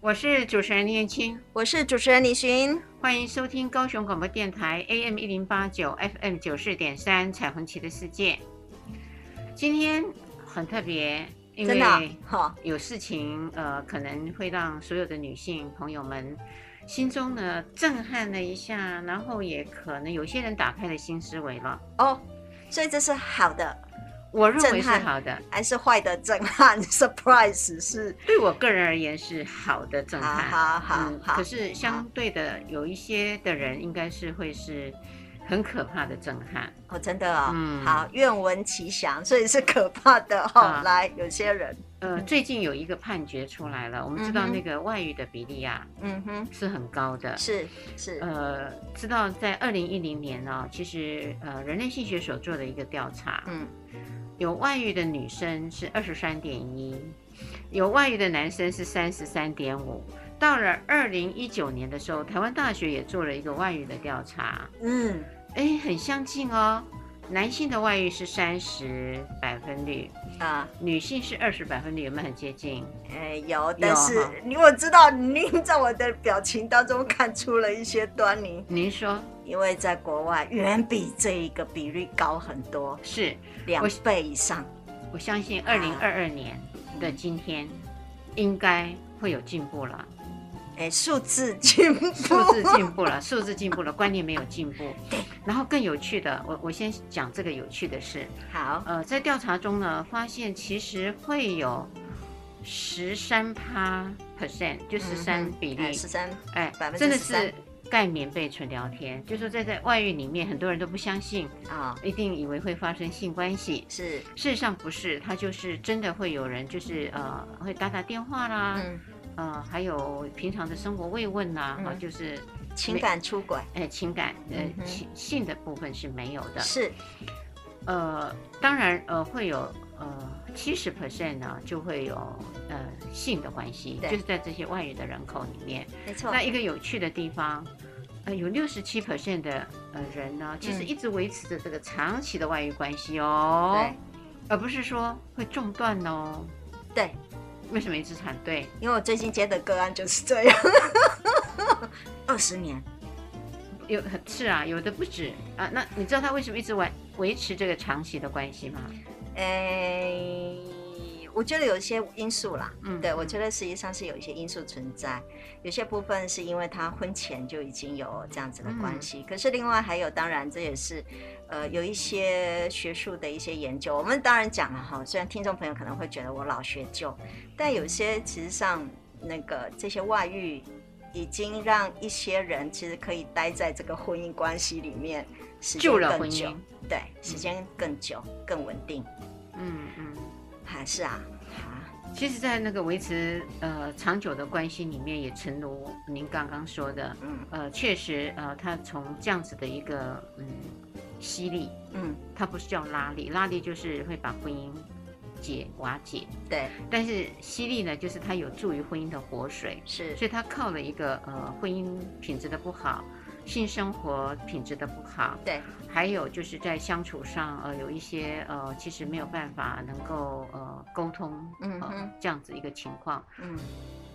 我是主持人燕青，我是主持人李寻。欢迎收听高雄广播电台 AM 一零八九 FM 九四点三《彩虹旗的世界》。今天很特别，因真为的啊哈，有事情，呃，可能会让所有的女性朋友们心中呢震撼了一下，然后也可能有些人打开了新思维了。哦，所以这是好的我认为震是撼好的，还是坏的震撼 ？Surprise 是对我个人而言是好的震好撼。好好嗯，好可，是相对的，有一些的人应该是会是很可怕的震撼。哦，真的哦，嗯好，愿闻其详， 所以是可怕 的啊哈。来，有些人，呃，嗯最近有一个判决出来了，我们知道嗯哼那个外遇的比例啊嗯哼，是很高的。是是，呃，知道在二零一零年呢、其实呃人类性学所做的一个调查，嗯有外遇的女生是二十三点一，有外遇的男生是三十三点五。到了二零一九年的时候，台湾大学也做了一个外遇的调查，嗯哎，很相近哦。男性的外遇是三十百分率，啊，女性是二十百分率，有没有很接近？呃，有，但是哈你我知道您在我的表情当中看出了一些端倪，您说因为在国外远比这一个比率高很多，是？两倍以上。我相信二零二二年的今天，应该会有进步了，哎，数字进步，数字进步了，数字进步了，观念没有进步。然后更有趣的，我我先讲这个有趣的事。好，呃，在调查中呢，发现其实会有十三趴 percent，就十嗯三比例，十三，哎， 13%真的是盖棉被纯聊天。就说在在外遇里面，很多人都不相信，啊、一定以为会发生性关系，是，事实上不是，他就是真的会有人就是呃会打打电话啦，嗯，呃还有平常的生活慰问啦，嗯啊就是情感出轨呃情感嗯呃哼情性的部分是没有的，是，呃当然呃会有呃七十 percent 呢就会有呃性的关系，对就是在这些外语的人口里面，没错那，一个有趣的地方。呃，有六十七 percent 的呃人呢，其实嗯一直维持着这个长期的外遇关系哦。对而不是说会中断哦。对，为什么一直产对？因为我最近接的个案就是这样， 二十年，有是啊，有的不止啊。那你知道他为什么一直维维持这个长期的关系吗？哎，我觉得有一些因素啦，嗯对，我觉得得实际上是有一些因素存在，有些部分是因为他婚前就已经有这样子的嗯关系，可是另外还有，当然这也是呃有一些学术的一些研究，我们当然讲了哈，虽然听众朋友可能会觉得我老学究，但有些其实上那个这些外遇。已经让一些人其实可以待在这个婚姻关系里面时间救了更婚久姻，。对，时间更久、更稳定，嗯嗯。还、是啊，啊，其实，在那个维持呃长久的关系里面，也诚如您刚刚说的，嗯呃，确实，呃，他从这样子的一个嗯吸力，嗯，它不是叫拉力，拉力就是会把婚姻解瓦解，对，但是吸力呢，就是它有助于婚姻的活水。是所以他靠了一个呃婚姻品质的不好，性生活品质的不好，对，还有就是在相处上呃有一些呃其实没有办法能够呃沟通，嗯呃哼、这样子一个情况，嗯。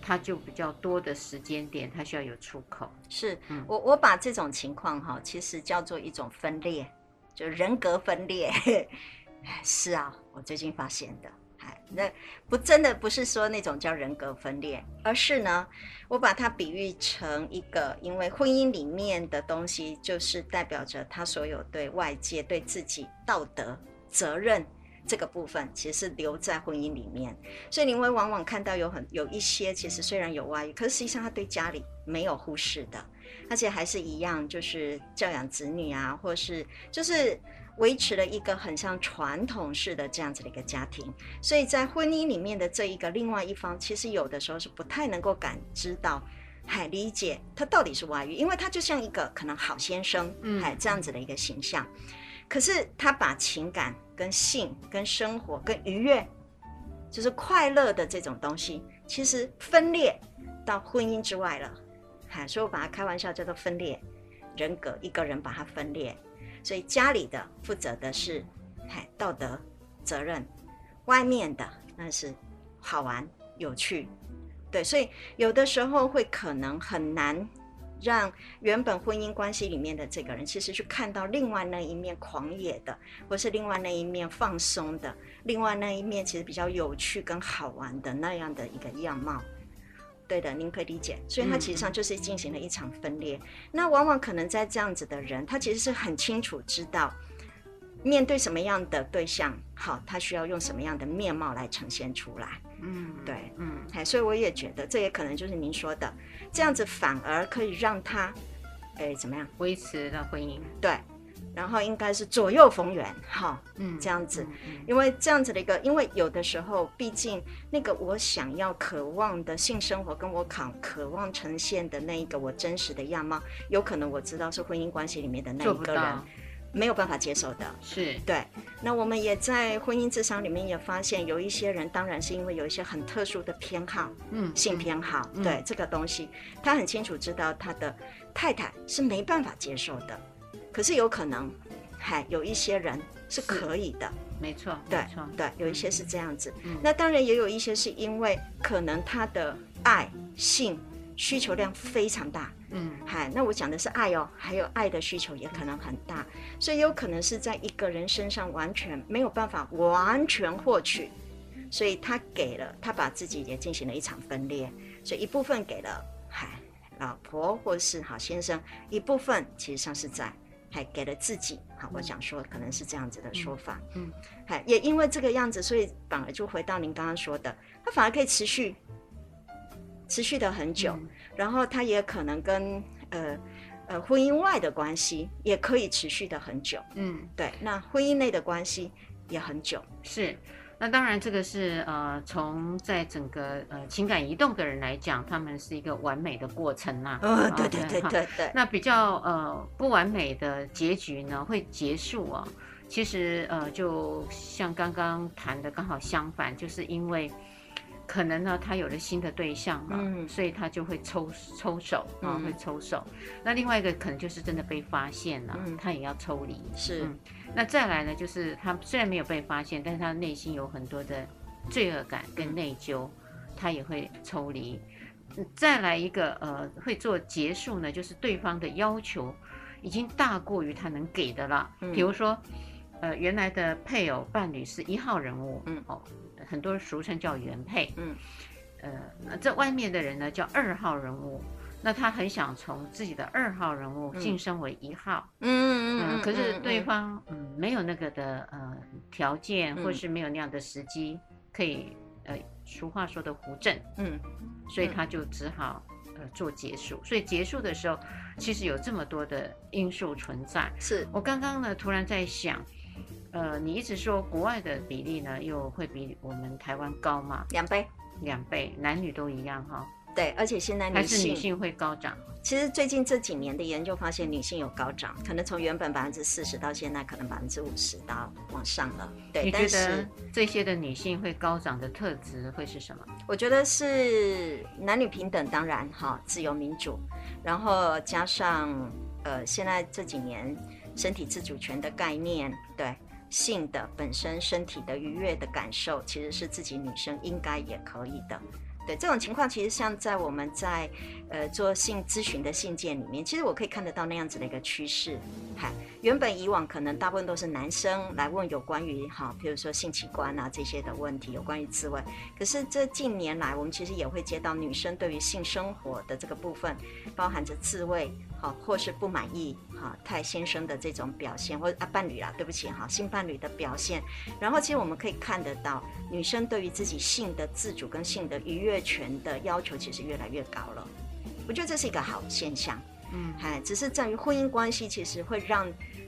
他就比较多的时间点他需要有出口，是嗯我我把这种情况哈，其实叫做一种分裂，就人格分裂。 哎是啊，我最近发现的。哎，那不真的不是说那种叫人格分裂，而是呢，我把它比喻成一个，因为婚姻里面的东西，就是代表着他所有对外界、对自己道德责任这个部分，其实是留在婚姻里面。所以你会往往看到有很有一些，其实虽然有外遇，可是实际上他对家里没有忽视的，而且还是一样，就是教养子女啊，或是就是维持了一个很像传统式的这样子的一个家庭。所以在婚姻里面的这一个另外一方，其实有的时候是不太能够感知到。还理解他到底是外遇，因为他就像一个可能好先生，嗯哎，这样子的一个形象。可是他把情感、跟性、跟生活、跟愉悦，就是快乐的这种东西，其实分裂到婚姻之外了。哈，所以我把它开玩笑叫做分裂人格，一个人把它分裂。所以家里的负责的是，嗨，道德责任；外面的那是好玩有趣，对，所以有的时候会可能很难让原本婚姻关系里面的这个人，其实去看到另外那一面狂野的，或是另外那一面放松的，另外那一面其实比较有趣跟好玩的那样的一个样貌。对的，您可以理解，所以他其实上就是进行了一场分裂。那往往可能在这样子的人，他其实是很清楚知道，面对什么样的对象，好，他需要用什么样的面貌来呈现出来。嗯，对，嗯哎，所以我也觉得，这也可能就是您说的，这样子反而可以让他，哎，怎么样？维持了婚姻，对，然后应该是左右逢源，哈，嗯，这样子嗯，嗯因为这样子的一个，因为有的时候，毕竟那个我想要、渴望的性生活，跟我渴渴望呈现的那一个我真实的样貌，有可能我知道是婚姻关系里面的那做一不个人到，没有办法接受的，是，对，那我们也在婚姻智商里面也发现，有一些人当然是因为有一些很特殊的偏好，嗯，性嗯偏好，嗯对这个东西，他很清楚知道他的太太是没办法接受的，可是有可能，嗨，有一些人是可以的，嗯没错，对没错，对，有一些是这样子。嗯那当然也有一些是因为可能他的爱性需求量非常大，嗯嗨，那我讲的是爱哦，还有爱的需求也可能很大，所以有可能是在一个人身上完全没有办法完全获取，所以他给了，他把自己也进行了一场分裂，所以一部分给了嗨老婆或是好先生，一部分其实上是在还给了自己，好，我想说可能是这样子的说法，嗯，嗨，也因为这个样子，所以反而就回到您刚刚说的，他反而可以持续。持续的很久，嗯然后他也可能跟呃呃婚姻外的关系也可以持续的很久，嗯，对，那婚姻内的关系也很久，是。那当然，这个是呃，从在整个呃情感移动的人来讲，他们是一个完美的过程啦、呃，啊对对对哈对对，那比较呃不完美的结局呢，会结束哦。其实呃，就像刚刚谈的，刚好相反，就是因为可能呢，他有了新的对象了，嗯所以他就会抽抽手啊、嗯会抽手。那另外一个可能就是真的被发现了，嗯他也要抽离。是嗯那再来呢，就是他虽然没有被发现，但是他内心有很多的罪恶感嗯跟内疚，他也会抽离。嗯再来一个呃，会做结束呢，就是对方的要求已经大过于他能给的了。嗯比如说，呃，原来的配偶伴侣是一号人物，嗯哦，很多人俗称叫原配，嗯，呃，那这外面的人呢叫二号人物。那他很想从自己的二号人物嗯晋升为一号，嗯嗯，可是对嗯方嗯没有那个的呃条件，或嗯是没有那样的时机，可以呃俗话说的扶正，嗯所以嗯他就只好呃做结束。所以结束的时候，其实有这么多的因素存在。是我刚刚呢突然在想，呃，你一直说国外的比例呢又会比我们台湾高嘛，两杯，两倍，男女都一样哈，对，而且现在还女是女性性会高涨？其实最近这几年的研究发现，女性有高涨，可能从原本百分之四十到现在可能百分之五十到往上了，对，你觉但得是这些的女性会高涨的特质会是什么？我觉得是男女平等，当然哈，自由民主，然后加上呃，现在这几年身体自主权的概念，对性的本身身体的愉悦的感受，其实是自己女生应该也可以的。对这种情况，其实像在我们在呃做性咨询的信件里面，其实我可以看得到那样子的一个趋势。嗨，原本以往可能大部分都是男生来问有关于哈，比如说性器官啊这些的问题，有关于自慰。可是这近年来，我们其实也会接到女生对于性生活的这个部分，包含着自慰，好、或是不满意，哈、太先生的这种表现，或者啊伴侣啦，对不起哈、性伴侣的表现。然后其实我们可以看得到，女生对于自己性的自主跟性的愉悦权的要求，其实越来越高了。我觉得这是一个好现象。嗯哎，只是在于婚姻关系，其实会让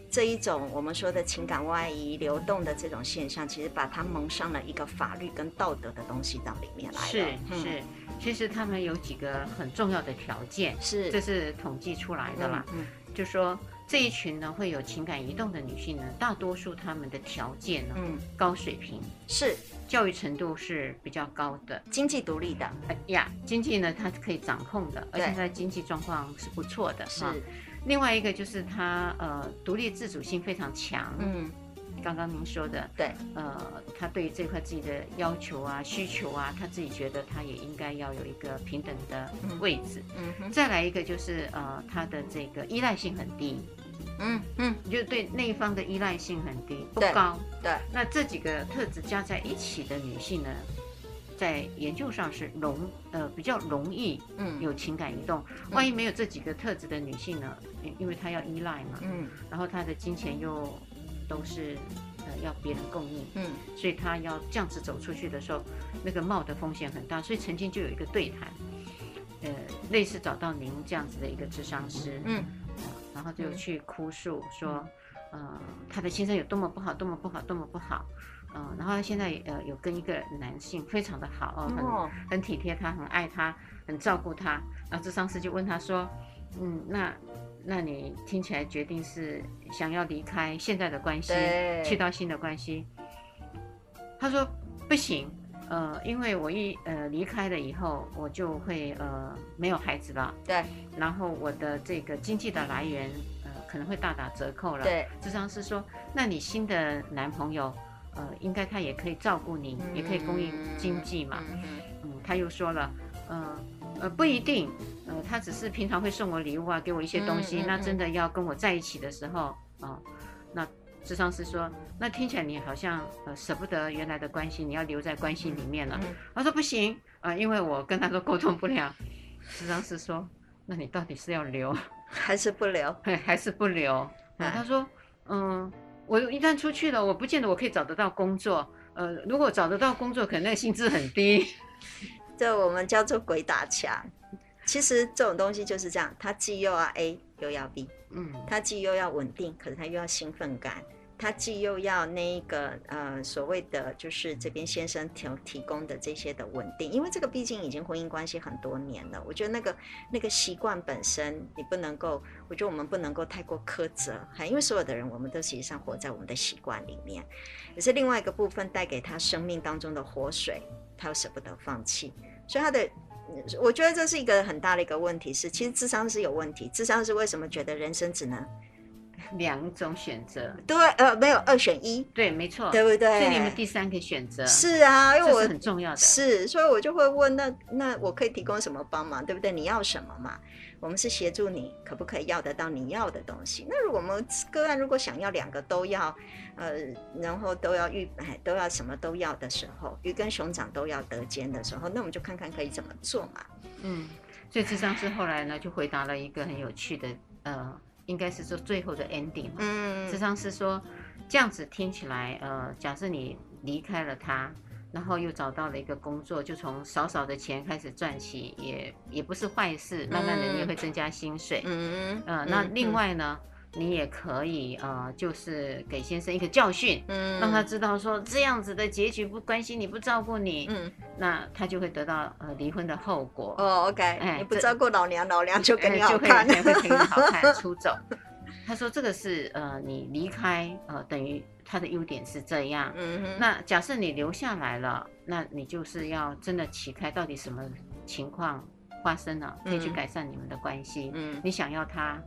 这一种我们说的情感外移、流动的这种现象，其实把它蒙上了一个法律跟道德的东西到里面来了。是嗯是，其实他们有几个很重要的条件，是，这是统计出来的啦。嗯就说这一群呢会有情感移动的女性呢，大多数她们的条件呢、嗯，高水平，是教育程度是比较高的。经济独立的，哎呀，经济呢她是可以掌控的，而且对她的经济状况是不错的。是哈另外一个就是她呃独立自主性非常强，嗯刚刚您说的，对，呃，他对这块自己的要求啊、需求啊，他自己觉得他也应该要有一个平等的嗯位置。嗯哼，再来一个就是呃，他的这个依赖性很低，嗯嗯，就对那一方的依赖性很低，不对高。对，那这几个特质加在一起的女性呢，在研究上是容呃比较容易嗯有情感移动。万一没有这几个特质的女性呢，因因为她要依赖嘛，嗯然后她的金钱又嗯都是呃要别人供应，嗯所以她要这样子走出去的时候，那个冒的风险很大。所以曾经就有一个对谈，呃，类似找到您这样子的一个智商师，啊嗯然后就去哭诉说，呃，她的先生有多么不好，多么不好，多么不好，嗯、然后她现在呃有跟一个男性非常的好，哦，很哦，很体贴她，很爱她，很照顾她。然后智商师就问她说，嗯，那那你听起来决定是想要离开现在的关系，对，去到新的关系？她说不行。呃，因为我一呃离开了以后，我就会呃没有孩子了，对然后我的这个经济的来源，呃，可能会大打折扣了。，对，智商是说，那你新的男朋友，呃，应该他也可以照顾你，也可以供应经济嘛。嗯哼嗯，他又说了，呃呃，不一定，呃，他只是平常会送我礼物啊，给我一些东西。嗯嗯那真的要跟我在一起的时候，啊、那智商是说，那听起来你好像呃舍不得原来的关系，你要留在关系里面了。嗯他说不行啊、呃因为我跟他说沟通不了。智商是说，那你到底是要留还是不留，还是不留？哎啊，他说，嗯，我一旦出去了，我不见得我可以找得到工作。呃，如果找得到工作，可能那个薪资很低。 这我们叫做鬼打墙。其实这种东西就是这样，它既又要 A 又要 B，嗯它既又要稳定，可是它又要兴奋感，它既又要那一个呃所谓的就是这边先生提提供的这些的稳定，因为这个毕竟已经婚姻关系很多年了，我觉得那个那个习惯本身你不能够，我觉得我们不能够太过苛责，还因为所有的人我们都实际上活在我们的习惯里面，可是另外一个部分带给他生命当中的活水，他又舍不得放弃，所以他的嗯我觉得这是一个很大的一个问题是，其实智商是有问题，智商是为什么觉得人生只能两种选择，对呃没有二选一，对，没错，对不对？哦所以你们第三个选择，是啊，因为这我是很重要的。是，所以我就会问那那我可以提供什么帮忙，对不对？你要什么嘛？我们是协助你，可不可以要得到你要的东西？那如果我们个案如果想要两个都要，呃，然后都要预哎都要什么都要的时候，鱼跟熊掌都要得兼的时候，那我们就看看可以怎么做嘛。嗯，所以智商师后来呢，就回答了一个很有趣的，呃，应该是说最后的 ending 嘛。智嗯商是说，这样子听起来，呃，假设你离开了他，然后又找到了一个工作，就从少少的钱开始赚起，也也不是坏事，慢慢的你也会增加薪水。嗯呃，那嗯另外呢，你也可以呃，就是给先生一个教训，嗯让他知道说这样子的结局不关心你不照顾你，嗯那他就会得到呃离婚的后果。哦，OK，、哎你不这照顾老娘，老娘就哎跟你好就会看。会给你好看出走。他说这个是呃，你离开呃，等于他的优点是这样。 嗯哼，那假设你留下来了，那你就是要真的起开，到底什么情况发生了，可以去嗯改善你们的关系。嗯你想要他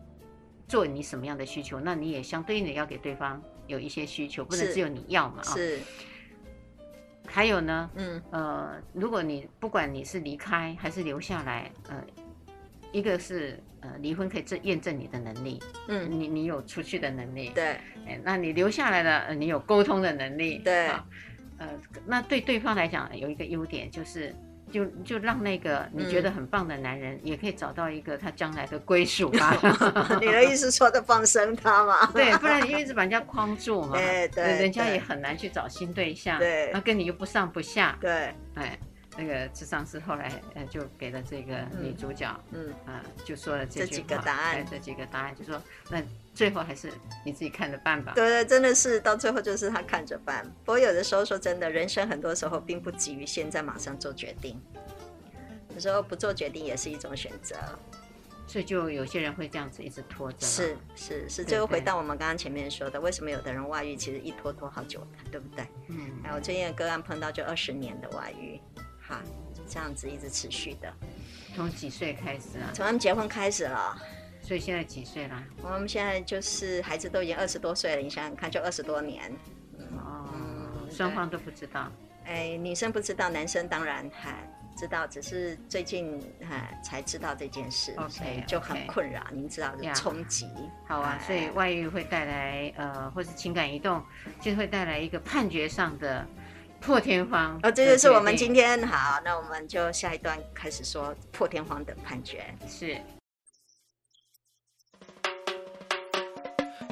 做你什么样的需求，那你也相对应的要给对方有一些需求，不能是只有你要嘛啊、是还有呢，嗯呃，如果你不管你是离开还是留下来，呃，一个是呃离婚可以证验证你的能力，嗯你你有出去的能力， 对哎，那你留下来了，呃你有沟通的能力，对啊呃，那对对方来讲有一个优点就是。就就让那嗯个你觉得很棒的男人，也可以找到一个他将来的归属吧。 你的意思说的放生他 嘛？对，不然你一直把人家框住嘛，对对人家对也很难去找新对象， 对那跟你又不上不下，对，哎，那个智商师后来呃就给了这个女主角啊、嗯，就说了这这句几话个答案哎这几个答案就说那最后还是你自己看着办吧。对对，真的是到最后就是他看着办。不过有的时候说真的，人生很多时候并不急于现在马上做决定，有时候不做决定也是一种选择。所以就有些人会这样子一直拖着，是，是是，对这个回对到我们刚刚前面说的，为什么有的人外遇其实一拖拖好久的，对不对？嗯，哎，我最近的个案碰到就二十年的外遇，哈，这样子一直持续的，从几岁开始啊？从他们结婚开始了。所以现在几岁啦？我们现在就是孩子都已经二十多岁了，你想想看，就二十多年，哦双方都不知道。哎，女生不知道，男生当然还、知道，只是最近哎、才知道这件事 OK，所以就很 OK 困扰。您知道，就 Yeah 冲击。哎好啊，所以外遇会带来呃，或是情感移动，就会带来一个判决上的破天荒。哦，这就是我们今天好，那我们就下一段开始说破天荒的判决。是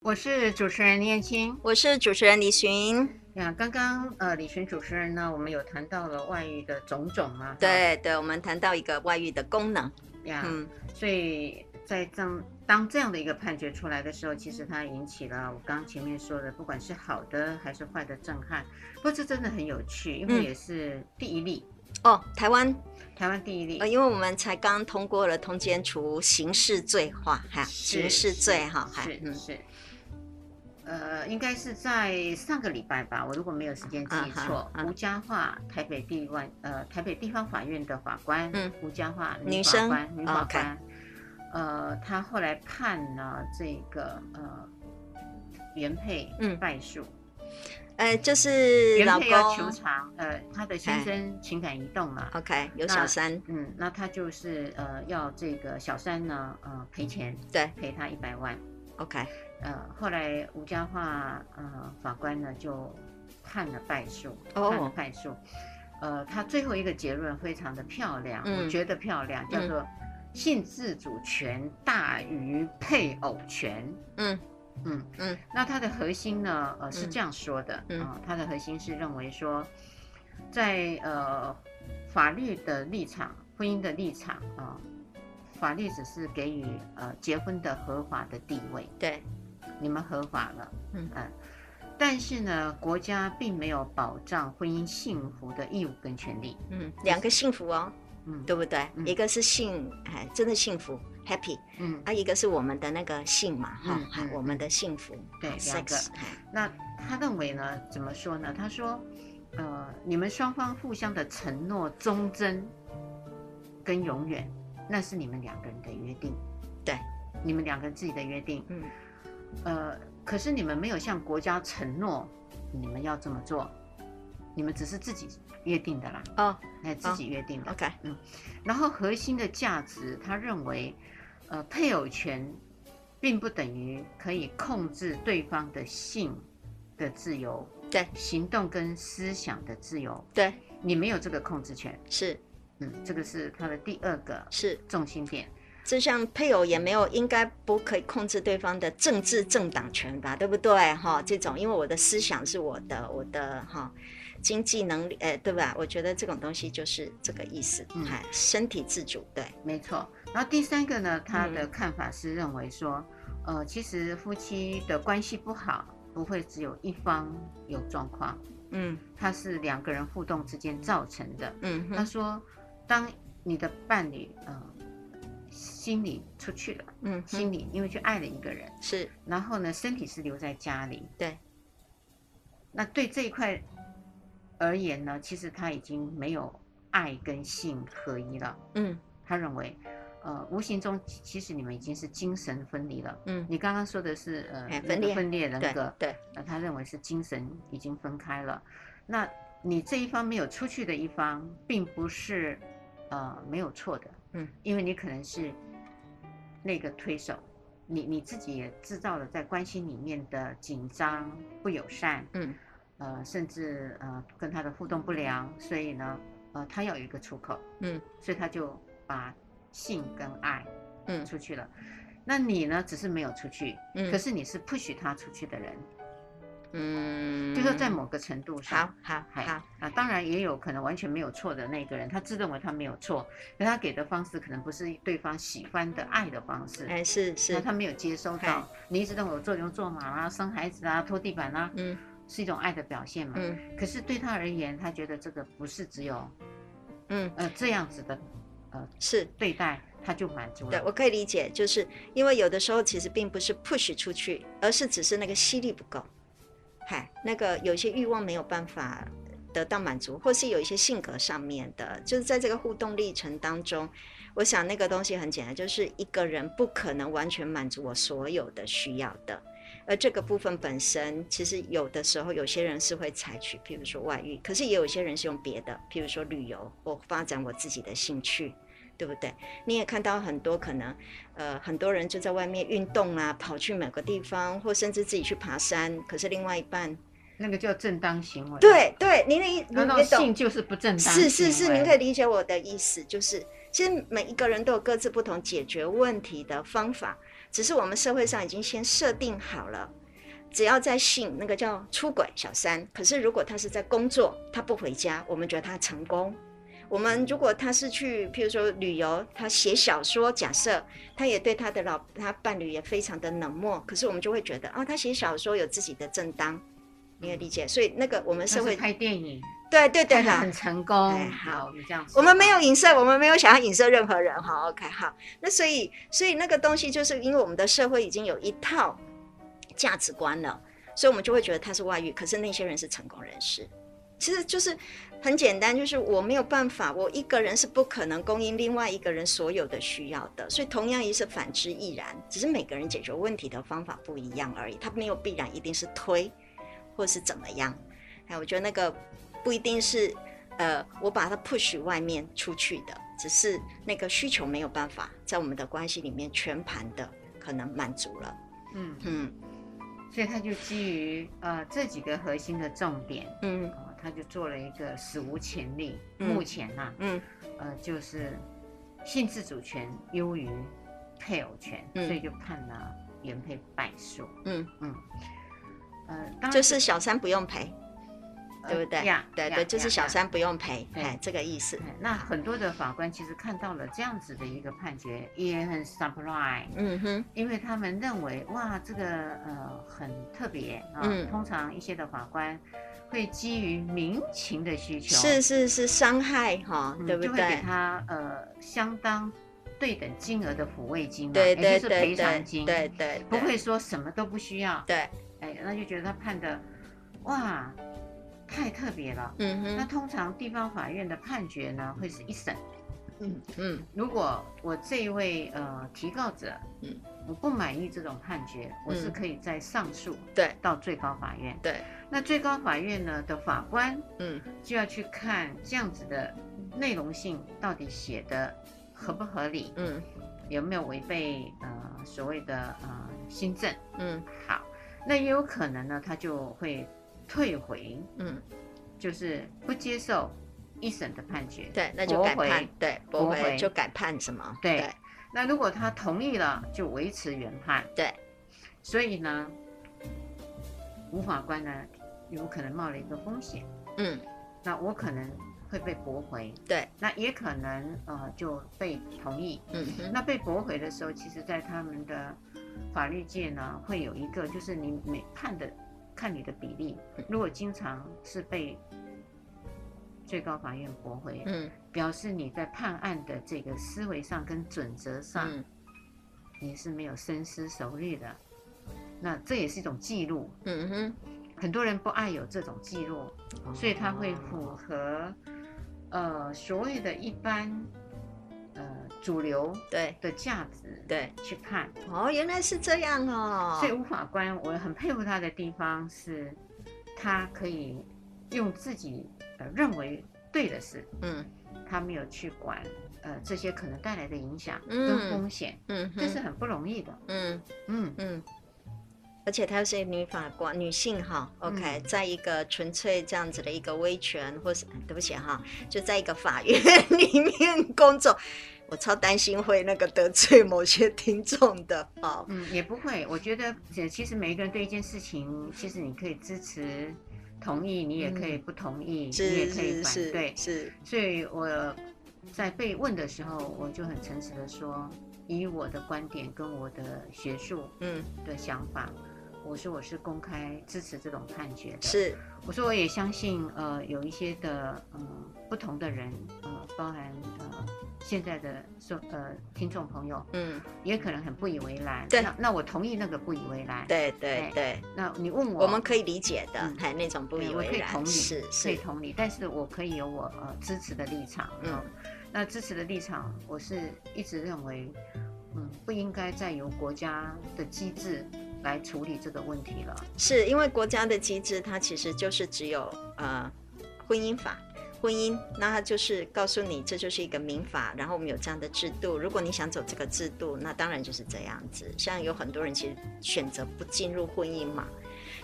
我是主持人燕青。我是主持人李寻，那刚刚呃，李群主持人呢，我们有谈到了外遇的种种啊。对对，我们谈到一个外遇的功能，呀，嗯，所以在这样当这样的一个判决出来的时候，其实它引起了我刚前面说的，不管是好的还是坏的震撼。不过这真的很有趣，因为嗯也是第一例，哦，台湾，台湾第一例。呃，因为我们才刚通过了通奸除刑事罪化，哈，是刑事啊罪哈，还是嗯是，呃，应该是在上个礼拜吧，我如果没有时间记啊哈错啊，吴家化台北地万呃台北地方法院的法官，嗯，吴家化女法生官女法 OK 官，呃，她后来判了这个呃原配嗯败诉，呃，就是原老配要求公哎哦偿，呃，她的先生情感移动嘛。 ，OK，有那小三，嗯，那她就是呃要这个小三呢，呃赔钱，对赔她一百万， ，OK，呃，后来吴家化呃法官呢就判了败诉，哦判了败诉。呃，他最后一个结论非常的漂亮，嗯我觉得漂亮，叫嗯做性自主权大于配偶权。嗯嗯嗯，那它的核心呢，呃，是嗯这样说的，嗯啊它的核心是认为说，在呃法律的立场、婚姻的立场啊、法律只是给予呃结婚的合法的地位，对，你们合法了，啊嗯但是呢，国家并没有保障婚姻幸福的义务跟权利。嗯，两个幸福哦，嗯，对不对？嗯一个是幸，哎，真的幸福，happy，嗯，啊，一个是我们的那个性嘛，哈嗯、嗯我们的幸福，对啊两个，sex，哎那他认为呢，怎么说呢？他说，呃，你们双方互相的承诺、忠贞跟永远，那是你们两个人的约定。对，你们两个人自己的约定。嗯，呃，可是你们没有向国家承诺你们要这么做，你们只是自己约定的啦，哦哎，自己约定的。 ，OK，然后核心的价值，他认为，呃，配偶权并不等于可以控制对方的性的自由，对，行动跟思想的自由，对，你没有这个控制权。是嗯，这个是他的第二个是，重心点。就像配偶也没有，应该不可以控制对方的政治政党权吧，对不对？哈、这种，因为我的思想是我的，我的哈、经济能力，哎，对吧？我觉得这种东西就是这个意思，嗯哎、身体自主，对，没错。然后第三个呢，他的看法是认为说，呃，其实夫妻的关系不好，不会只有一方有状况，嗯它是两个人互动之间造成的。嗯他哼说，当你的伴侣呃心里出去了，嗯哼，心里因为去爱了一个人，是然后呢身体是留在家里，对，那对这一块而言呢，其实他已经没有爱跟性合一了。嗯他认为，呃，无形中其其实你们已经是精神分离了。嗯，你刚刚说的是呃哎那分个裂分裂人对格，对，那他认为是精神已经分开了。那你这一方没有出去的一方，并不是呃没有错的，嗯，因为你可能是那个推手，你你自己也制造了在关系里面的紧张、不友善，嗯呃，甚至呃跟他的互动不良，所以呢，呃，他要有一个出口，嗯，所以他就把性跟爱嗯出去了。那你呢？只是没有出去，嗯，可是你是不许他出去的人，嗯，就说在某个程度上，好好嗨好，啊，当然也有可能完全没有错的那个人，他自认为他没有错，可他给的方式可能不是对方喜欢的爱的方式，哎，是那是，他没有接收嗨到。你一直认为我做牛做马啦、生孩子啊、拖地板啊，嗯是一种爱的表现嘛？嗯可是对他而言，他觉得这个不是只有嗯，呃，这样子的是对待，他就满足对，了。我可以理解，就是因为有的时候其实并不是 push 出去，而是只是那个吸力不够，嗨，那个有些欲望没有办法得到满足，或是有一些性格上面的，就是在这个互动历程当中，我想那个东西很简单，就是一个人不可能完全满足我所有的需要的。而这个部分本身，其实有的时候有些人是会采取，譬如说外遇，可是也有些人是用别的，譬如说旅游，我发展我自己的兴趣，对不对？你也看到很多可能，呃，很多人就在外面运动啦、跑去某个地方，或甚至自己去爬山。可是另外一半，那个叫正当行为。，对对，你你你哦那种你懂性，就是不正当行是为。是是，您可以理解我的意思，就是其实每一个人都有各自不同解决问题的方法，只是我们社会上已经先设定好了。只要在性，那个叫出轨小三。可是如果他是在工作，他不回家，我们觉得他成功。我们如果他是去，譬如说旅游，他写小说，假设他也对他的老他伴侣也非常的冷漠，可是我们就会觉得，哦，他写小说有自己的正当，你也理解。所以那个我们那社是会，拍电影，对对对拍得啦，很成功哎。好好，你这样说。我们没有影射，我们没有想要影射任何人哈。OK，好，那所以所以那个东西就是因为我们的社会已经有一套价值观了，所以我们就会觉得他是外遇，可是那些人是成功人士。其实就是很简单，就是我没有办法，我一个人是不可能供应另外一个人所有的需要的，所以同样也是反之亦然，只是每个人解决问题的方法不一样而已，他没有必然一定是推或是怎么样。哎，我觉得那个不一定是呃，我把它 push 外面出去的，只是那个需求没有办法在我们的关系里面全盘的可能满足了。嗯，嗯所以他就基于呃这几个核心的重点，嗯哦，他就做了一个史无前例，嗯目前呐、嗯呃，就是性自主权优于配偶权，嗯所以就判了原配败诉。嗯，嗯，呃，当然呃就是小三不用赔，对不对？呀，对呀对，就是小。呀呀三不用赔，对哎，这个意思。哎那很多的法官其实看到了这样子的一个判决，也很 surprise，嗯哼，因为他们认为哇，这个呃很特别啊。嗯通常一些的法官会基于民情的需求，是是是伤害哈，嗯对不就会给对？他呃相当对等金额的抚慰金嘛，对也对就对是赔对偿金，对对，对不会说什么都不需要，对，哎，那就觉得他判的哇太特别了。嗯那哼，通常地方法院的判决呢，会是一审。嗯如果我这一位呃提告者，嗯，我不满意这种判决，我是嗯可以再上诉对到最高法院。对，那最高法院呢的法官嗯就要去看这样子的内容性到底写的合不合理，嗯有没有违背呃所谓的呃新政。嗯好，那也有可能呢，他就会退回，嗯，就是不接受一审的判决。对，那就驳改回判，对，驳驳回回就改判什么？对那如果他同意了，就维持原判。对，所以呢，吴法官呢有可能冒了一个风险，嗯那我可能会被驳回，对，那也可能呃就被同意。嗯哼，那被驳回的时候，其实，在他们的法律界呢，会有一个就是你每判的看你的比例，如果经常是被最高法院驳回，嗯表示你在判案的这个思维上跟准则上，嗯你是没有深思熟虑的。那这也是一种记录，嗯哼。很多人不爱有这种记录，所以它会符哦合呃所谓的一般呃主流对的价值对，去判。哦，原来是这样哦。所以吴法官，我很佩服他的地方是，他可以用自己呃认为对的事，嗯他没有去管呃这些可能带来的影响嗯跟风险，嗯哼，这是很不容易的。嗯嗯，嗯，而且她又是一个女法官，女性哈，OK，、在嗯一个纯粹这样子的一个威权，或是哎对不起哈，就在一个法院里面工作，我超担心会那个得罪某些听众的哦。嗯，也不会。我觉得呃其实每一个人对一件事情，其实你可以支持、同意，你也可以不同意，是你也可以嗯是反对是。是，所以我在被问的时候，我就很诚实的说，以我的观点跟我的学术嗯，的想法，我说我是公开支持这种判决的。是，我说我也相信，呃，有一些的，嗯、不同的人，呃，呃，包含呃现在的说呃听众朋友，嗯，也可能很不以为然。对那那我同意那个不以为然。，对对对对，那你问哎我，我们可以理解的哎嗯，还那种不对以我可为以同然，理是可以是，同理，但是我可以有我呃支持的立场。嗯嗯，那支持的立场，我是一直认为，嗯，不应该再由国家的机制来处理这个问题了。是因为国家的机制，它其实就是只有呃婚姻法。婚姻，那它就是告诉你，这就是一个民法，然后我们有这样的制度。如果你想走这个制度，那当然就是这样子。像有很多人其实选择不进入婚姻嘛，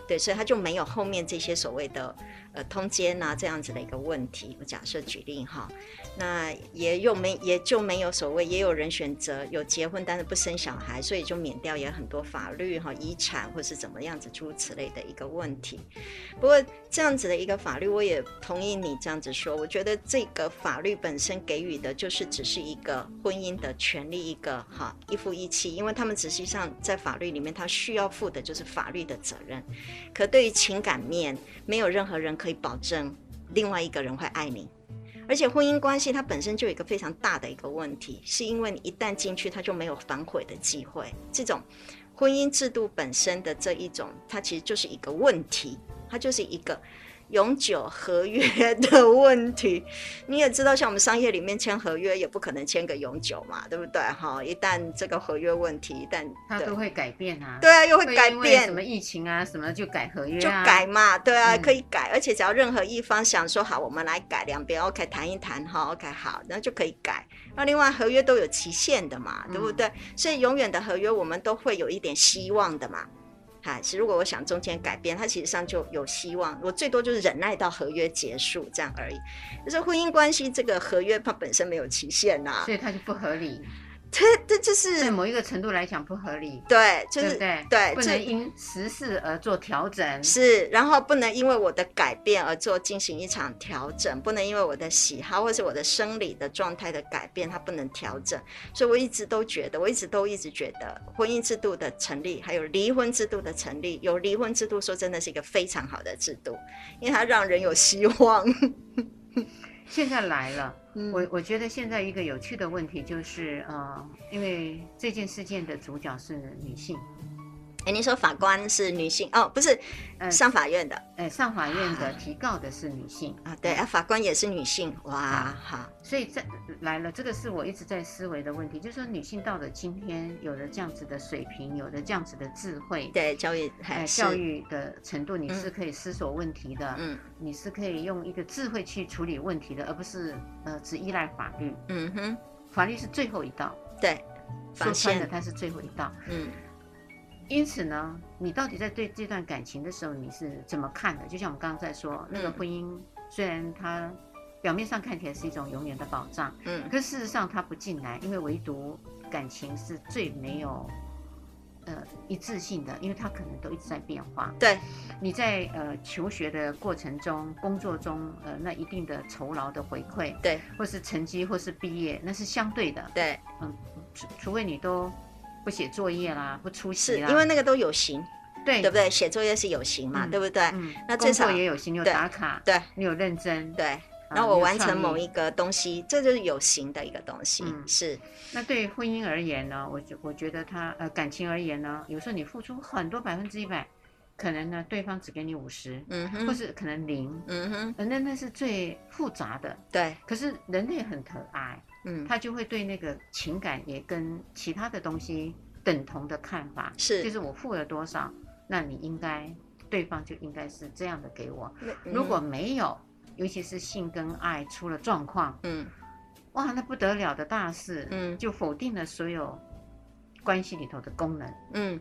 对，所以他就没有后面这些所谓的呃通奸啊这样子的一个问题。我假设举例哈，那也又没也就没有所谓，也有人选择有结婚但是不生小孩，所以就免掉也很多法律哈、遗产或是怎么样子诸如此类的一个问题。不过这样子的一个法律，我也同意你这样子说。我觉得这个法律本身给予的就是只是一个婚姻的权利，一个哈一夫一妻，因为他们实际上在法律里面，他需要负的就是法律的责任。可对于情感面，没有任何人可以保证另外一个人会爱你。而且婚姻关系它本身就有一个非常大的一个问题，是因为你一旦进去，它就没有反悔的机会。这种婚姻制度本身的这一种，它其实就是一个问题，它就是一个永久合约的问题。 你也知道，像我们商业里面签合约，也不可能签个永久嘛，对不对？哈，一旦这个合约问题，一旦它对都会改变啊。对啊，又会改因为变什么疫情啊，什么就改合约就啊，改嘛，对啊，嗯可以改，而且只要任何一方想说好，我们来改，两边 OK 谈一谈哈，OK 好，然后就可以改。那另外合约都有期限的嘛，嗯对不对？所以永远的合约我们都会有一点希望的嘛。啊，是如果我想中间改变，它其实上就有希望，我最多就是忍耐到合约结束这样而已。就是婚姻关系这个合约它本身没有期限呐、所以它就不合理。这这就在是某一个程度来讲不合理，对，就对是不对？对不这能因时事而做调整。是，然后不能因为我的改变而做进行一场调整，不能因为我的喜好或是我的生理的状态的改变，它不能调整。所以我一直都觉得，我一直都一直觉得，婚姻制度的成立，还有离婚制度的成立，有离婚制度，说真的是一个非常好的制度，因为它让人有希望。现在来了，嗯我我觉得现在一个有趣的问题就是，呃，因为这件事件的主角是女性，哎，你说法官是女性哦，不是呃上法院的呃，上法院的提告的是女性，啊，对啊，法官也是女性，嗯哇哈，所以这来了，这个是我一直在思维的问题，就是说女性到了今天，有了这样子的水平，有了这样子的智慧。对，教育呃，还是教，育的程度，你嗯是可以思索问题的，嗯你是可以用一个智慧去处理问题的，而不是呃只依赖法律。嗯哼，法律是最后一道，对，说发穿了现，它是最后一道。嗯。因此呢，你到底在对这段感情的时候，你是怎么看的？就像我们刚刚在说，那个嗯婚姻虽然它表面上看起来是一种永远的保障，嗯可事实上它不进来，因为唯独感情是最没有。呃，一致性的，因为它可能都一直在变化。对，你在呃求学的过程中、工作中，呃，那一定的酬劳的回馈，对或是成绩，或是毕业，那是相对的。对，除除非你都不写作业啦，不出是席啦，因为那个都有形，啊对对不对？写作业是有形嘛，嗯对不对？嗯，那工至少作也有心，你有对打卡，对你有认真，对。啊然后我完成。你有某创意一个东西，这就是有形的一个东西，嗯是那对于婚姻而言呢，我觉我觉得他呃感情而言呢，有时候你付出很多百分之一百，可能呢对方只给你五十，嗯或哼，是可能零，嗯哼，呃那那是最复杂的。对，可是人类很可爱，嗯，。他就会对那个情感也跟其他的东西等同的看法，就是是我付了多少，那你应该对方就应该是这样的给我。那如果没有，尤其是性跟爱出了状况，嗯哇，那不得了的大事，嗯就否定了所有关系里头的功能。嗯，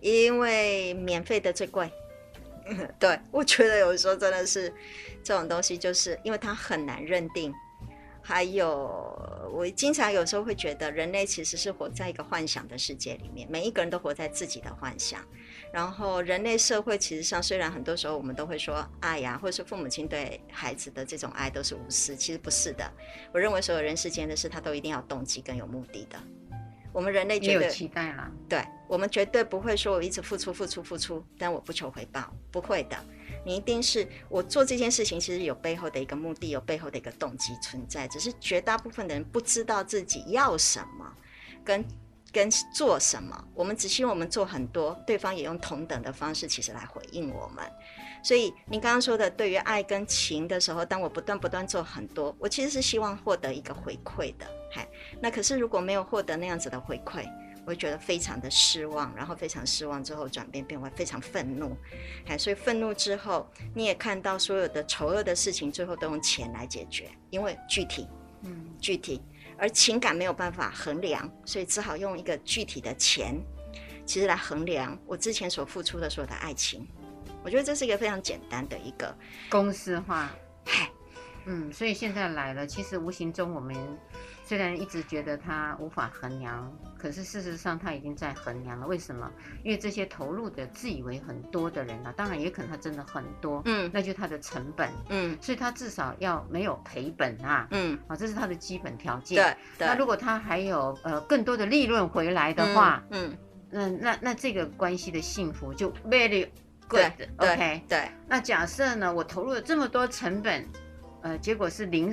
因为免费的最贵。 对，我觉得有时候真的是这种东西，就是因为它很难认定。还有，我经常有时候会觉得，人类其实是活在一个幻想的世界里面，每一个人都活在自己的幻想。然后，人类社会其实上，虽然很多时候我们都会说爱呀、或者是父母亲对孩子的这种爱都是无私，其实不是的。我认为所有人世间的事，他都一定要有动机跟有目的的。我们人类也觉有得期待啦，对我们绝对不会说我一直付出付出付出，但我不求回报，不会的。你一定是我做这件事情，其实有背后的一个目的，有背后的一个动机存在。只是绝大部分的人不知道自己要什么，跟跟做什么。我们只希望我们做很多，对方也用同等的方式，其实来回应我们。所以您刚刚说的，对于爱跟情的时候，当我不断不断做很多，我其实是希望获得一个回馈的。嗨，那可是如果没有获得那样子的回馈，我会觉得非常的失望，然后非常失望之后转变变为非常愤怒，哎，所以愤怒之后，你也看到所有的丑恶的事情最后都用钱来解决，因为具体，嗯，具体，而情感没有办法衡量，所以只好用一个具体的钱，其实来衡量我之前所付出的所有的爱情。我觉得这是一个非常简单的一个，公式化。 嗨，嗯，所以现在来了，其实无形中我们虽然一直觉得它无法衡量，可是事实上它已经在衡量了。为什么？因为这些投入的自以为很多的人呢、啊当然也可能他真的很多，嗯那就是他的成本，嗯所以他至少要没有赔本啊，嗯，啊，这是他的基本条件。对对，那如果他还有呃更多的利润回来的话，嗯，嗯，那那那这个关系的幸福就 very good。对 OK，对，那假设呢，我投入了这么多成本，呃，结果是零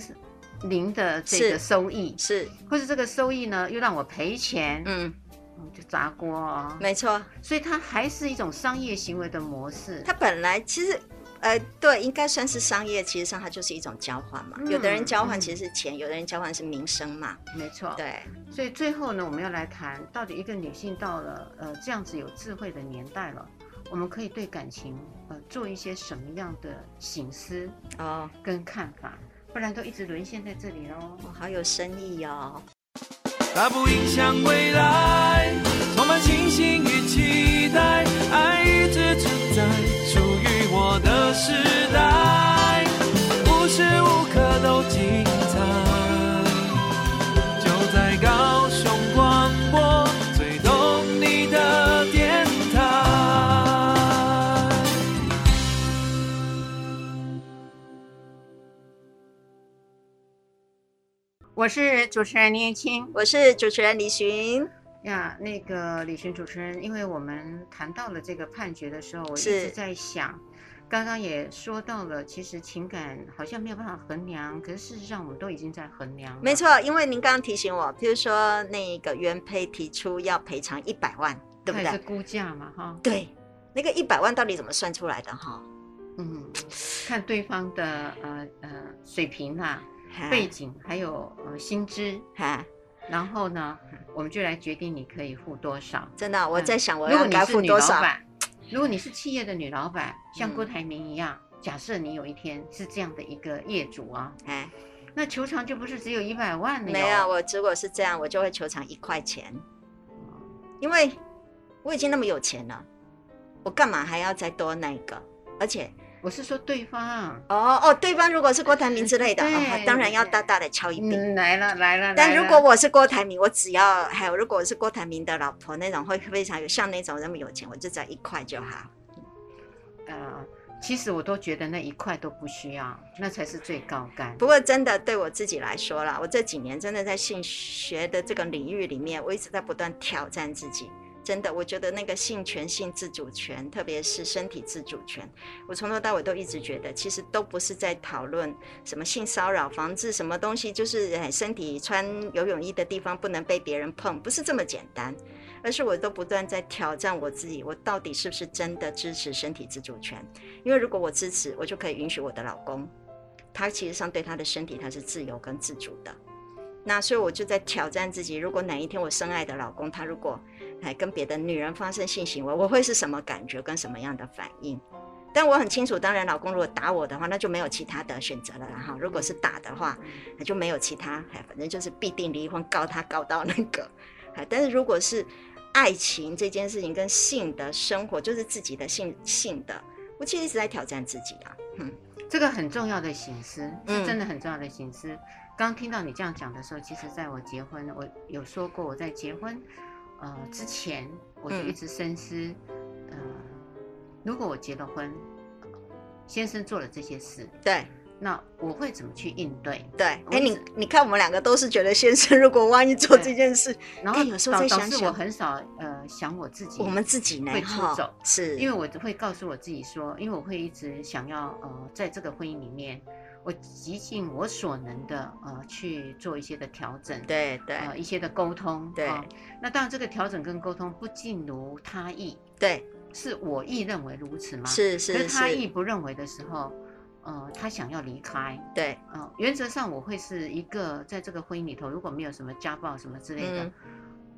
零的这个是收益，是，或是这个收益呢又让我赔钱，嗯，嗯就砸锅哦。没错，所以它还是一种商业行为的模式。它本来其实，呃，对，应该算是商业，其实上它就是一种交换嘛。嗯有的人交换嗯哦其实是钱，有的人交换是名声嘛。没错。对，所以最后呢，我们要来谈到底一个女性到了呃这样子有智慧的年代了，我们可以对感情呃做一些什么样的醒思哦，跟看法，不然都一直沦陷在这里喽。我好有深意哦。它不影响未来，充满信心与期待，爱一直存在，属于我的时代，无时无刻都精彩。就在高雄广播最懂你的电台。我是主持人林燕青。我是主持人李寻，呀，那个李寻主持人，因为我们谈到了这个判决的时候，我一是直在想，刚刚也说到了，其实情感好像没有办法衡量，可是事实上我们都已经在衡量了。没，错，因为您刚刚提醒我，譬如说那个原配提出要赔偿一百万，对不哎它也是对？估价嘛，哈，对，那个一百万到底怎么算出来的哈？嗯，看对方的呃呃水平啦、哈背景，还有呃薪资，哈，然后呢，我们就来决定你可以付多少。真的啊，我在想我嗯如要果你该是付女多老少？板，如果你是企业的女老板，像嗯郭台铭一样，假设你有一天是这样的一个业主啊，哎，那球场就不是只有一百万了哟没有，，啊我如果是这样，我就会求偿一块钱，因为我已经那么有钱了，我干嘛还要再多那一个？而且，我是说对方，啊哦哦，对方如果是郭台铭之类的，对哦，当然要大大的敲一笔。嗯，来了来了，但来如了果我是郭台铭，我只要还有，如果我是郭台铭的老婆那种，会非常有像那种那么有钱，我就只要一块就好。呃，其实我都觉得那一块都不需要，那才是最高干。不过真的对我自己来说啦，我这几年真的在性学的这个领域里面，我一直在不断挑战自己。真的，我觉得那个性权、性自主权，特别是身体自主权，我从头到尾都一直觉得，其实都不是在讨论什么性骚扰、防治什么东西，就是哎身体穿游泳衣的地方不能被别人碰，不是这么简单。而是我都不断在挑战我自己，我到底是不是真的支持身体自主权？因为如果我支持，我就可以允许我的老公，他其实上对他的身体他是自由跟自主的。那所以我就在挑战自己，如果哪一天我深爱的老公他如果哎跟别的女人发生性行为，我会是什么感觉跟什么样的反应？但我很清楚，当然老公如果打我的话，那就没有其他的选择了啦哈。如果是打的话，那就没有其他，哎，反正就是必定离婚，告他告到那个。哎，但是如果是爱情这件事情跟性的生活，就是自己的性性的，我其实一直在挑战自己啊。嗯，这个很重要的醒思，是嗯真的很重要的醒思。刚听到你这样讲的时候，其实在我结婚，我有说过我在结婚，呃之前，我就嗯一直深思，呃，如果我结了婚，呃先生做了这些事，对。那我会怎么去应对？对，我哎，一你直你看，我们两个都是觉得先生如果万一做对这件事，然后哎有时候导再导想致想我很少呃想我自己，我们自己呢会出哈走是，因为为我会告诉我自己说，因为我会一直想要呃，在这个婚姻里面，我极尽我所能的呃去做一些的调整，对对呃一些的沟通，对啊那当然这个调整跟沟通不尽如他意，对是我意认为如此吗？，是可是是他意是，不认为的时候，呃，他想要离开，对嗯、原则上我会是一个在这个婚姻里头，如果没有什么家暴什么之类的，嗯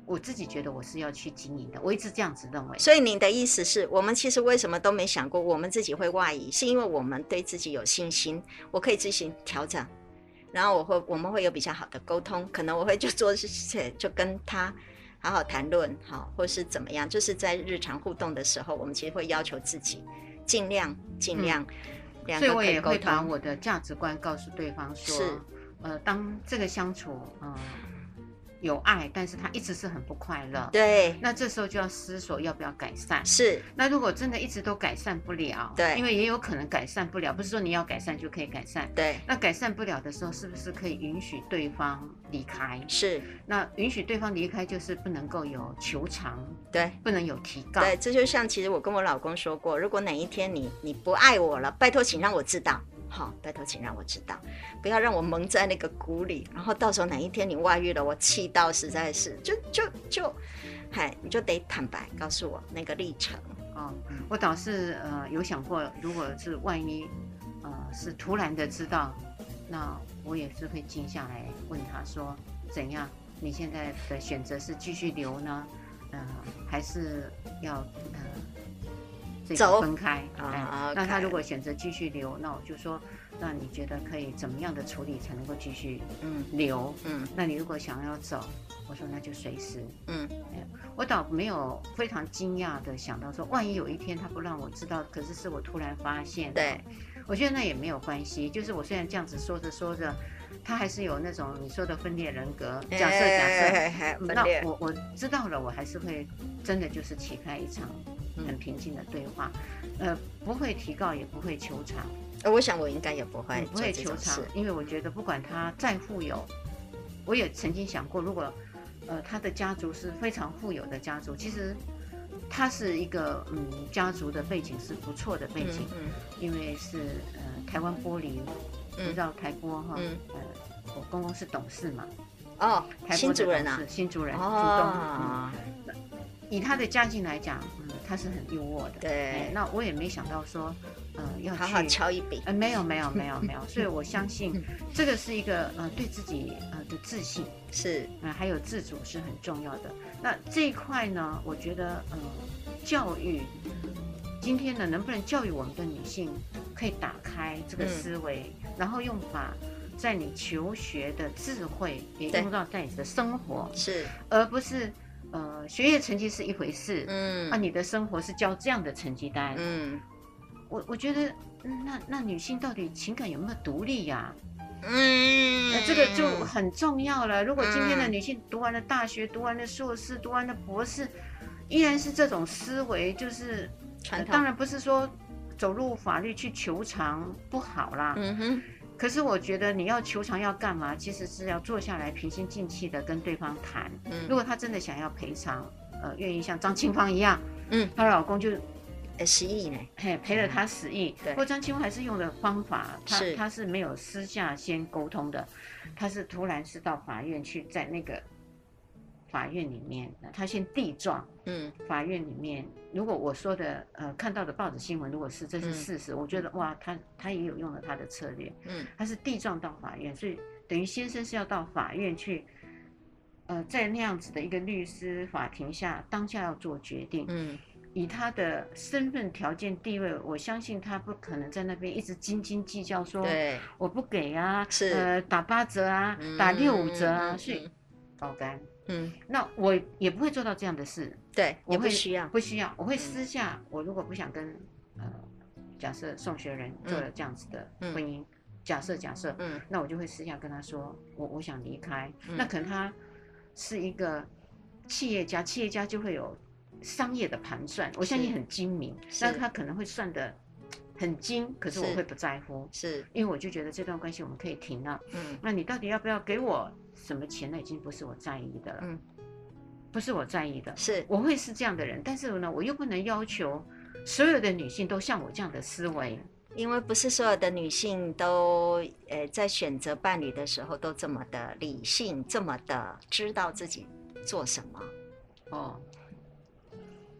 我自己觉得我是要去经营的，我一直这样子认为。所以你的意思是我们其实为什么都没想过我们自己会外移，是因为我们对自己有信心，我可以自行调整，然后我会我们会有比较好的沟通，可能我会就做事情就跟他好好谈论，好，或是怎么样，就是在日常互动的时候，我们其实会要求自己尽量尽量两嗯所以个我可也沟会把通，我的价值观告诉对方说，是呃，当这个相处，呃，有爱，但是他一直是很不快乐，对，那这时候就要思索要不要改善。是，那如果真的一直都改善不了，对因为也有可能改善不了，不是说你要改善就可以改善。对，那改善不了的时候，是不是可以允许对方离开？是，那允许对方离开，就是不能够有求偿，对。不能有提告。对，这就像其实我跟我老公说过，如果哪一天你你不爱我了，拜托请让我知道，好、拜托请让我知道，不要让我蒙在那个鼓里，然后到时候哪一天你外遇了，我气到实在是就就就，嗨，你就得坦白告诉我那个历程，哦，我倒是呃有想过，如果是万一呃是突然的知道，那我也是会静下来问他说，怎样？你现在的选择是继续留呢，呃，还是要呃这走个分开？啊哎啊那他，OK 如果选择继续留，那我就说，那你觉得可以怎么样的处理才能够继续嗯留？嗯那你如果想要走，我说那就随时。嗯，我倒没有非常惊讶的想到说，万一有一天他不让我知道，可是是我突然发现。对，我觉得那也没有关系。就是我虽然这样子说着说着，他还是有那种你说的分裂人格。假设假哎设，设分那裂，我我知道了，我还是会真的就是启开一场嗯很平静的对话，呃，不会提告，也不会求偿，呃我想我应该也不会也嗯不会做这求种偿事，因为我觉得不管他再富有，我也曾经想过，如果呃他的家族是非常富有的家族，其实他是一个嗯家族的背景是不错的背嗯景，嗯因为是呃台湾玻璃，你知嗯道台玻哈，嗯呃我公公是董事嘛，哦，台玻新的主人董啊事，，新主人，主东，嗯哦，以他的家境来讲，嗯，他是很优渥的。哎对，那我也没想到说，呃，要去，好好敲一笔，呃，没有没有没有没有，所以我相信嗯这个是一个呃对自己呃的自信，是呃，还有自主是很重要的。那这一块呢，我觉得呃，教育今天呢，能不能教育我们的女性可以打开这个嗯思维，然后用法。在你求学的智慧也对用到在你的生活，是，而不是呃学业成绩是一回事，嗯啊，你的生活是交这样的成绩单。嗯。我我觉得，嗯那那女性到底情感有没有独立呀、嗯那、呃这个就很重要了。如果今天的嗯女性读完了大学，读完了硕士，读完了博士，依然是这种思维，就是、呃传统。当然不是说走入法律去求偿不好啦。嗯哼，可是我觉得你要求偿要干嘛？其实是要坐下来平心静气的跟对方谈。如嗯，果她真的想要赔偿，呃，愿意像张清芳一样，嗯，她老公就呃，十亿呢？嘿，赔了他十亿。嗯对不过张清芳还是用的方法，他是他是没有私下先沟通的，他是突然是到法院去，在那个法院里面，他先递状。嗯，法院里面，如果我说的呃看到的报纸新闻，如果是这是嗯事实，我觉得哇，他他也有用了他的策略，嗯，他是递状到法院，所以等于先生是要到法院去，呃，在那样子的一个律师法庭下，当下要做决定，嗯，以他的身份、条件、地位，我相信他不可能在那边一直斤斤计较说，对，我不给啊，是呃，打八折啊，打六五折啊，嗯所以，高干。嗯，嗯那我也不会做到这样的事，对，我也不会需要，不需要，嗯我会私下，我如果不想跟呃，假设宋学仁做了这样子的嗯婚姻，假设假设，嗯，那我就会私下跟他说，我我想离开。嗯那可能他是一个企业家，企业家就会有商业的盘算，我相信是很精明，是但他可能会算的很精，可是我是会不在乎，是，因为我就觉得这段关系我们可以停了。嗯，那你到底要不要给我什么钱？那已经不是我在意的了。嗯不是我在意的，是我会是这样的人，但是呢，我又不能要求所有的女性都像我这样的思维。因为不是所有的女性都呃在选择伴侣的时候都这么的理性，这么的知道自己做什么。哦，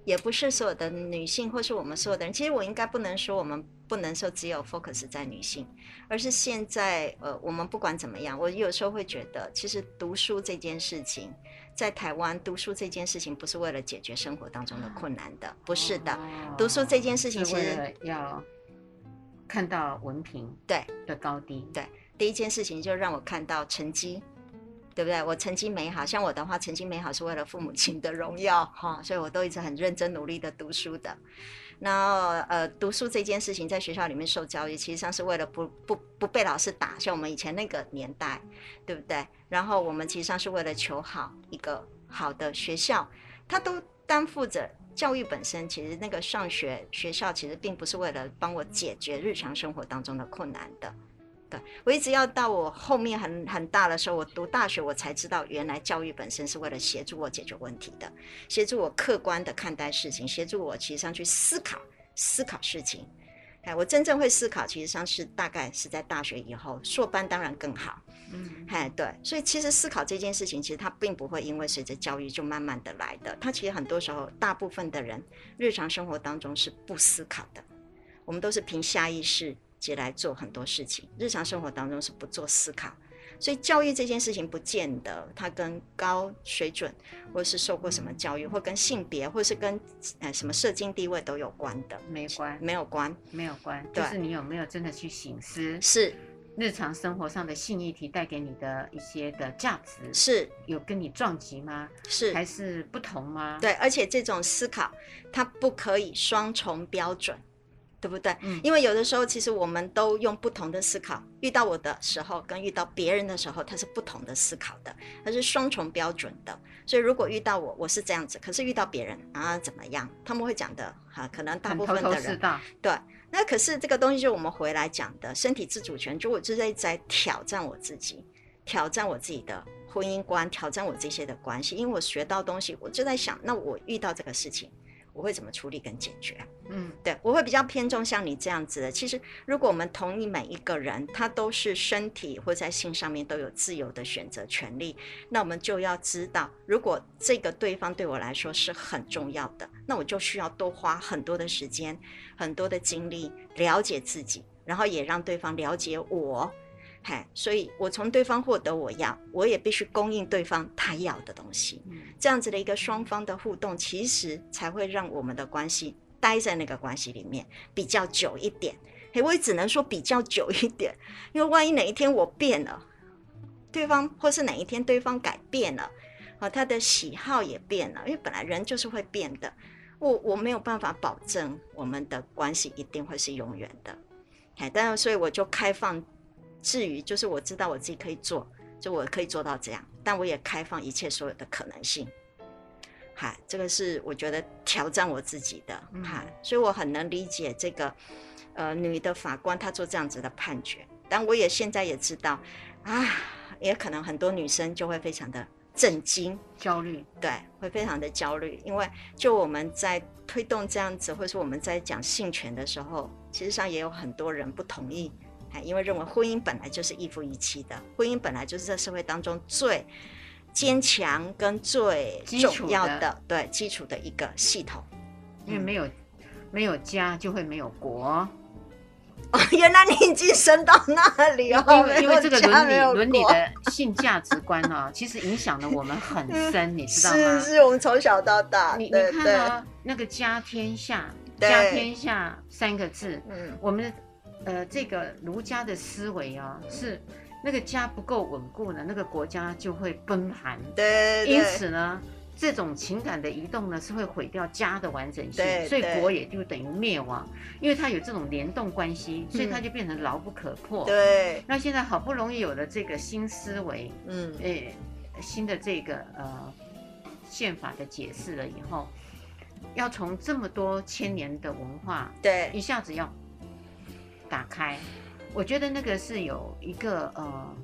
也不是所有的女性，或是我们所有的人，其实我应该不能说我们不能说只有 focus 在女性，而是现在呃，我们不管怎么样，我有时候会觉得，其实读书这件事情，在台湾读书这件事情不是为了解决生活当中的困难的，不是的，哦读书这件事情是其为实了要看到文凭对的高低。对第一件事情就让我看到成绩。对不对？我成绩美好，像我的话，成绩美好是为了父母亲的荣耀哈、所以我都一直很认真努力的读书的。然后呃，读书这件事情在学校里面受教育，其实上是为了不不不被老师打，像我们以前那个年代，对不对？然后我们其实上是为了求好一个好的学校，它都担负着教育本身。其实那个上学学校其实并不是为了帮我解决日常生活当中的困难的。对我一直要到我后面很很大的时候，我读大学，我才知道原来教育本身是为了协助我解决问题的。协助我客观的看待事情，协助我其实上去思考思考事情。哎，我真正会思考，其实上是大概是在大学以后，硕班当然更好。嗯，哎，对，所以其实思考这件事情，其实它并不会因为随着教育就慢慢的来的。它其实很多时候，大部分的人日常生活当中是不思考的，我们都是凭下意识即来做很多事情，日常生活当中是不做思考。所以教育这件事情不见得它跟高水准，或是受过什么教育，或跟性别，或是跟呃什么社经地位都有关的，没关没有关。没有关，就对是你有没有真的去醒思是日常生活上的性议题带给你的一些的价值，是有跟你撞击吗？是，还是不同吗？，对，而且这种思考它不可以双重标准，对不对？嗯因为有的时候其实我们都用不同的思考，遇到我的时候跟遇到别人的时候，它是不同的思考的，它是双重标准的。所以如果遇到我，我是这样子，可是遇到别人啊怎么样？他们会讲的哈、可能大很部头分头的是人道。那可是这个东西，就是我们回来讲的身体自主权，就我就在在挑战我自己，挑战我自己的婚姻观，挑战我这些的关系，因为我学到东西，我就在想，那我遇到这个事情，我会怎么处理跟解决？嗯，对我会比较偏重像你这样子的。其实，如果我们同意每一个人，他都是身体或在性上面都有自由的选择权利，那我们就要知道，如果这个对方对我来说是很重要的，那我就需要多花很多的时间、很多的精力了解自己，然后也让对方了解我。嘿，所以我从对方获得我要，我也必须供应对方他要的东西。嗯这样子的一个双方的互动，其实才会让我们的关系待在那个关系里面比较久一点。嘿，我也只能说比较久一点，因为万一哪一天我变了，对方或是哪一天对方改变了，啊，他的喜好也变了，因为本来人就是会变的。我我没有办法保证我们的关系一定会是永远的，哎，但是所以我就开放，至于就是我知道我自己可以做，就我可以做到这样，但我也开放一切所有的可能性。哈，这个是我觉得挑战我自己的嗯哈，所以我很能理解这个呃女的法官她做这样子的判决，但我也现在也知道啊，也可能很多女生就会非常的震惊，焦虑，对，会非常的焦虑，因为就我们在推动这样子，或是我们在讲性权的时候，其实上也有很多人不同意，哎，因为认为婚姻本来就是一夫一妻的，婚姻本来就是在社会当中最坚强跟最基础重要的对基础的一个系统。因为嗯没有没有家就会没有国，哦，原来你已经升到那里哦，因为因没为有这个家伦没有理伦理国的性价值观哦，其实影响了我们很深，你知道 是吗？是我们从小到大，你你对看对，啊，那个“家天下”“对家天下”三个字，嗯，我们的呃这个儒家的思维啊，是那个家不够稳固呢，那个国家就会崩盘。对，因对此呢，这种情感的移动呢，是会毁掉家的完整性对，所以对国也就等于灭亡，因为它有这种联动关系，所以它嗯就变成牢不可破。对，那现在好不容易有了这个新思维，嗯。呃新的这个呃宪法的解释了以后，要从这么多千年的文化对，一下子要打开，我觉得那个是有一个呃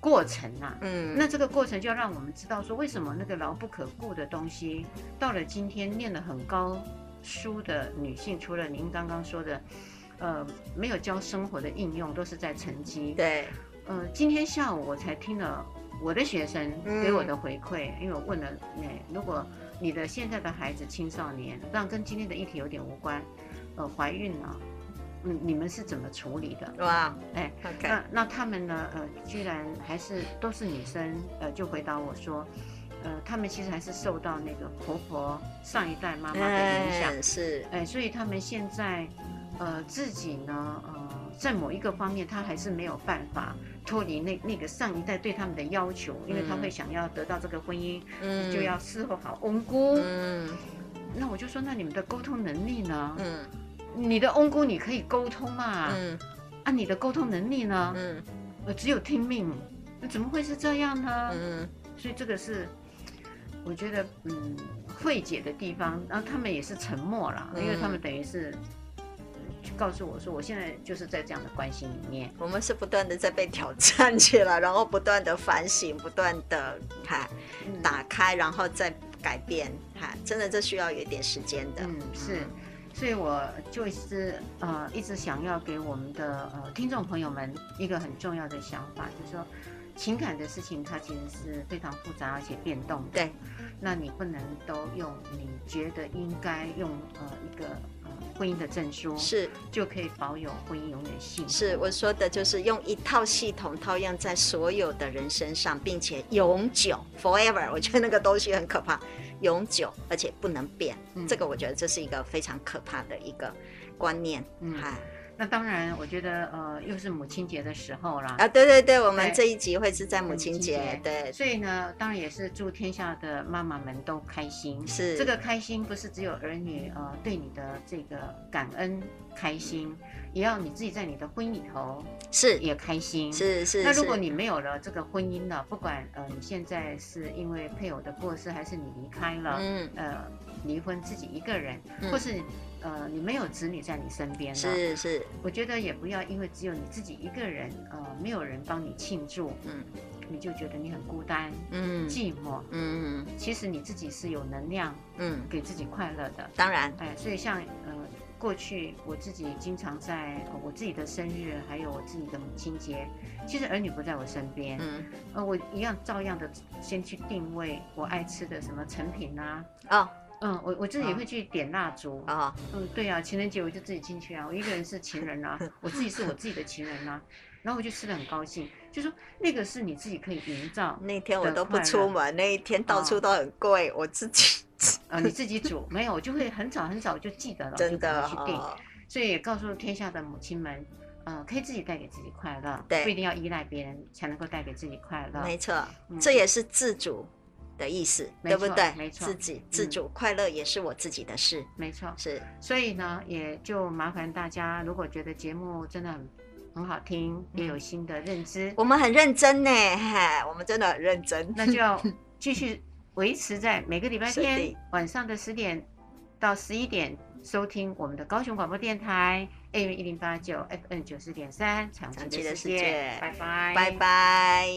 过程呐、嗯，那这个过程就要让我们知道说，为什么那个牢不可顾的东西，到了今天念了很高书的女性，除了您刚刚说的，呃，没有教生活的应用，都是在成绩。对，呃，今天下午我才听了我的学生嗯给我的回馈，因为我问了，哎，如果你的现在的孩子青少年，但跟今天的议题有点无关，呃，怀孕了，嗯，你们是怎么处理的？哇，哎，OK，那那他们呢？呃，居然还是都是女生，呃，就回答我说，呃，他们其实还是受到那个婆婆上一代妈妈的影响，嗯，是，哎，所以他们现在，呃，自己呢，呃，在某一个方面，他还是没有办法脱离那那个上一代对他们的要求，因为他嗯会想要得到这个婚姻，嗯，就要，伺候好翁姑。嗯那我就说，那你们的沟通能力呢？嗯你的翁姑你可以沟通嘛？嗯啊，你的沟通能力呢？嗯呃，只有听命，那怎么会是这样呢？嗯，所以这个是我觉得嗯慧解的地方，然后他们也是沉默了，因为他们嗯等于是。呃就告诉我说，我现在就是在这样的关系里面，我们是不断的在被挑战起来，然后不断的反省，不断的哈嗯打开，然后再改变，哈，真的这需要有一点时间的，嗯是，所以我就是呃一直想要给我们的呃听众朋友们一个很重要的想法，就是说情感的事情它其实是非常复杂而且变动的，对，那你不能都用你觉得应该用呃一个呃婚姻的证书是就可以保有婚姻永远幸福。是，我说的就是用一套系统套用在所有的人身上，并且永久 forever。我觉得那个东西很可怕，永久而且不能变。嗯这个我觉得这是一个非常可怕的一个观念。嗯嗨、那当然，我觉得呃又是母亲节的时候啦，啊，对对对，我们对这一集会是在母母亲亲节，节对，所以呢，当然也是祝天下的妈妈们都开心。是这个开心不是只有儿女呃对你的这个感恩开心，也要你自己在你的婚姻里头嗯是也开心。是是。那如是果你没有了这个婚姻了，不管呃你现在是因为配偶的过失，还是你离开了，嗯呃离婚自己一个人，嗯或是呃你没有子女在你身边了，是是我觉得也不要因为只有你自己一个人，呃没有人帮你庆祝，嗯你就觉得你很孤单、嗯寂寞。嗯其实你自己是有能量嗯，给自己快乐的，当然哎，所以像呃过去我自己经常在呃我自己的生日，还有我自己的母亲节，其实儿女不在我身边，嗯呃我一样照样的先去定位我爱吃的什么成品啊，哦嗯，我我自己哦会去点蜡烛，哦嗯，对啊，情人节我就自己进去啊，我一个人是情人 啊，我自己是我自己的情人啊，然后我就吃的很高兴，就说那个是你自己可以营造，那天我的都不快出乐门，那一天到处都很贵，我自己 呃，你自己煮没有，我就会很早很早就记得了，真就赶的快去订，哦，所以也告诉天下的母亲们，呃，可以自己带给自己快乐，对不一定要依赖别人才能够带给自己快乐，没错，嗯这也是自主的意思，没对不错对？没错自己自嗯主快乐也是我自己的事，没错，是所以呢，也就麻烦大家，如果觉得节目真的很很好听，嗯也有新的认知，我们很认真呢，嘿，我们真的很认真。那就要 继续维持在每个礼拜是天的晚上的十点到十一点收听我们的高雄广播电台 AM 一零八九 FM 九四点三，长长期期的的世世界界，拜拜，拜拜。